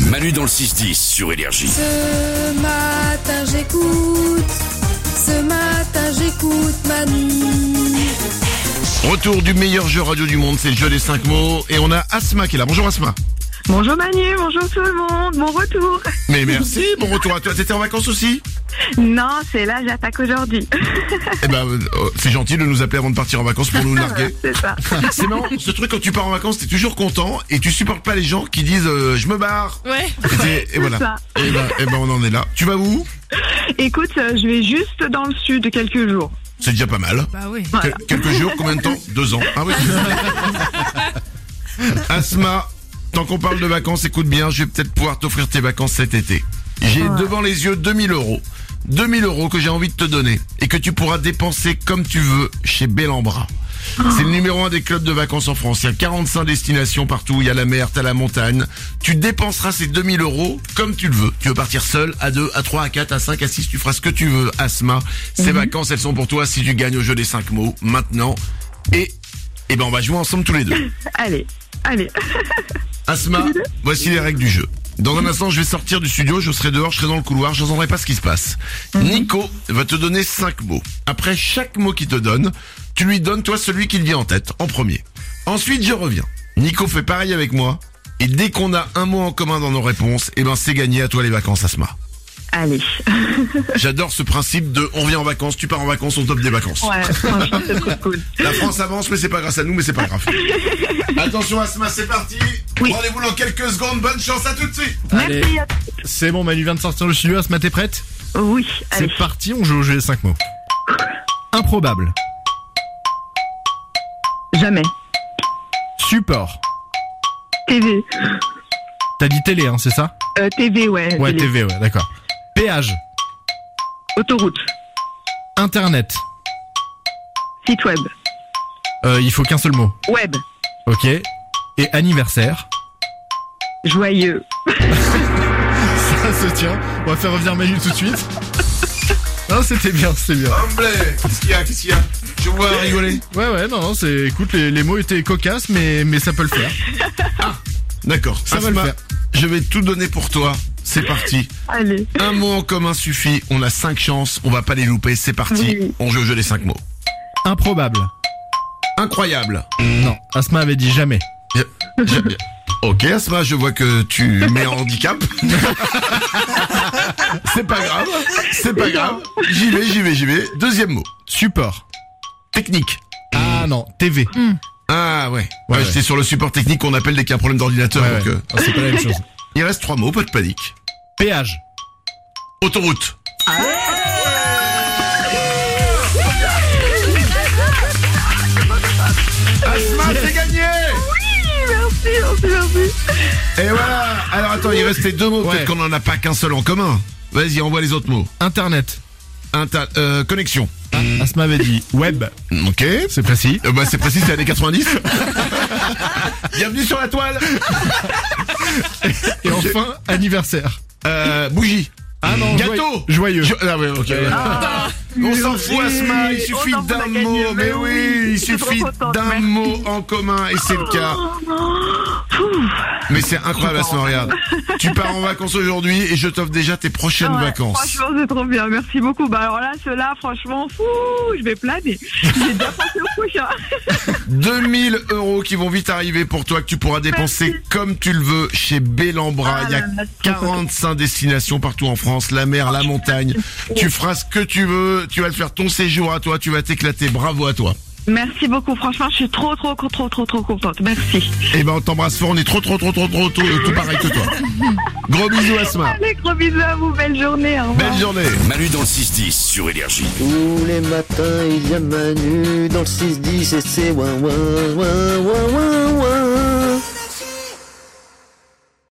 Manu dans le 6-10 sur Énergie. Ce matin j'écoute, ce matin j'écoute Manu. Retour du meilleur jeu radio du monde, c'est le jeu des 5 mots. Et on a Asma qui est là. Bonjour Asma. Bonjour Manu, bonjour tout le monde, bon retour. Mais merci, bon retour à toi. T'étais en vacances aussi Non, c'est là, j'attaque aujourd'hui. Eh ben, euh, c'est gentil de nous appeler avant de partir en vacances pour nous larguer. c'est ça. C'est marrant, ce truc quand tu pars en vacances, t'es toujours content et tu supportes pas les gens qui disent euh, je me barre. Ouais. Et, t'es- et voilà. Et ben, eh ben, on en est là. Tu vas où Écoute, euh, je vais juste dans le sud quelques jours. C'est déjà pas mal. Bah oui. Quel- quelques jours, combien de temps Deux ans. Ah oui. Asma, tant qu'on parle de vacances, écoute bien, je vais peut-être pouvoir t'offrir tes vacances cet été. J'ai devant les yeux 2000 euros. 2000 euros que j'ai envie de te donner et que tu pourras dépenser comme tu veux chez Bellambra. C'est le numéro un des clubs de vacances en France. Il y a 45 destinations partout. Il y a la mer, t'as la montagne. Tu dépenseras ces 2000 euros comme tu le veux. Tu veux partir seul, à 2, à 3, à 4, à 5, à 6. Tu feras ce que tu veux, Asma. Ces vacances, elles sont pour toi si tu gagnes au jeu des 5 mots maintenant. Et, et ben, on va jouer ensemble tous les deux. Allez, allez. Asma, voici les règles du jeu. Dans un instant, je vais sortir du studio, je serai dehors, je serai dans le couloir, je n'entendrai pas ce qui se passe. Mhm. Nico va te donner cinq mots. Après chaque mot qu'il te donne, tu lui donnes toi celui qu'il dit en tête, en premier. Ensuite, je reviens. Nico fait pareil avec moi. Et dès qu'on a un mot en commun dans nos réponses, eh ben c'est gagné à toi les vacances, Asma. Allez. J'adore ce principe de on vient en vacances, tu pars en vacances, on top des vacances. Ouais, franchement, c'est trop cool. La France avance, mais c'est pas grâce à nous, mais c'est pas grave. Attention Asma, c'est parti. Oui. Rendez-vous dans quelques secondes. Bonne chance à tout de suite. Allez, Merci. à- c'est bon, Manu vient de sortir le studio, Asma, t'es prête Oui, allez. C'est parti, on joue au jeu des 5 mots. Improbable, Jamais. support, TV. t'as dit télé, hein, c'est ça Euh, TV, ouais. Ouais, télé. TV, ouais, d'accord. Péage, Autoroute. internet, Site web. Euh, il faut qu'un seul mot, Web. ok Et anniversaire, Joyeux. ça se tient, on va faire revenir Manu tout de suite. Non, c'était bien, c'était bien. Hombre, qu'est-ce qu'il y a, qu'est-ce qu'il y a Je vois rigoler. Ouais, ouais, non, non, c'est, écoute, les, les mots étaient cocasses, mais, mais ça peut le faire. D'accord, Ça va le Asma, faire. Je vais tout donner pour toi. C'est parti. Allez. Un mot en commun suffit. On a cinq chances. On va pas les louper. C'est parti. Oui. On joue au jeu des cinq mots. Improbable. Incroyable. Non, Asma avait dit jamais. Bien, bien, bien. Ok Asma, je vois que tu mets en handicap. c'est pas grave. C'est pas grave. J'y vais, j'y vais, j'y vais. Deuxième mot. Support. Technique. Ah non, TV. Ah ouais. Ouais, Ouais, ouais. J'étais sur le support technique qu'on appelle dès qu'il y a un problème d'ordinateur. Ouais, donc, ouais. euh, Ah, c'est pas la même chose. Il reste trois mots, pas de panique. Péage. Autoroute. Asma, c'est gagné Merci, merci, merci. Et voilà Alors attends, il restait deux mots, Ouais. peut-être qu'on en a pas qu'un seul en commun. Vas-y, envoie les autres mots. Internet. Inter- euh, connexion. Asma avait dit web. Ok. C'est précis. Euh, bah, c'est précis, c'est années 90. Bienvenue sur la toile Et enfin, anniversaire. euh, Bougie. Ah non, Gâteau Joyeux. Je- ah ouais, ok. ouais. On s'en fout, Asma, il On suffit s'en fout, on d'un a gagné, mot, mais mais oui, oui, il je suis suffit trop contente, d'un merci. mot en commun, et c'est le cas. Mais c'est incroyable, Asma, regarde. Tu pars en vacances aujourd'hui, et je t'offre déjà tes prochaines Ouais, vacances. Franchement, c'est trop bien. Merci beaucoup. Bah alors là, ceux-là, franchement, fou, je vais planer. J'ai bien pensé au prochain. 2000 euros qui vont vite arriver pour toi, que tu pourras dépenser Merci. comme tu le veux chez Bellambra. Ah Il y a là là, c'est trop 45 destinations partout en France, la mer, la montagne. Tu feras ce que tu veux, tu vas te faire ton séjour à toi, tu vas t'éclater. Bravo à toi. Merci beaucoup. Franchement, je suis trop, trop, trop, trop, trop, trop contente. Merci. Et ben on t'embrasse fort, on est trop trop trop trop trop trop tout pareil que toi. Gros bisous Asma. Allez, gros bisous à vous. Belle journée. Au revoir. Belle journée. Manu dans le 6-10 sur Énergie. Tous les matins, il y a Manu dans le 6-10 et c'est ouin ouin ouin ouin ouin ouin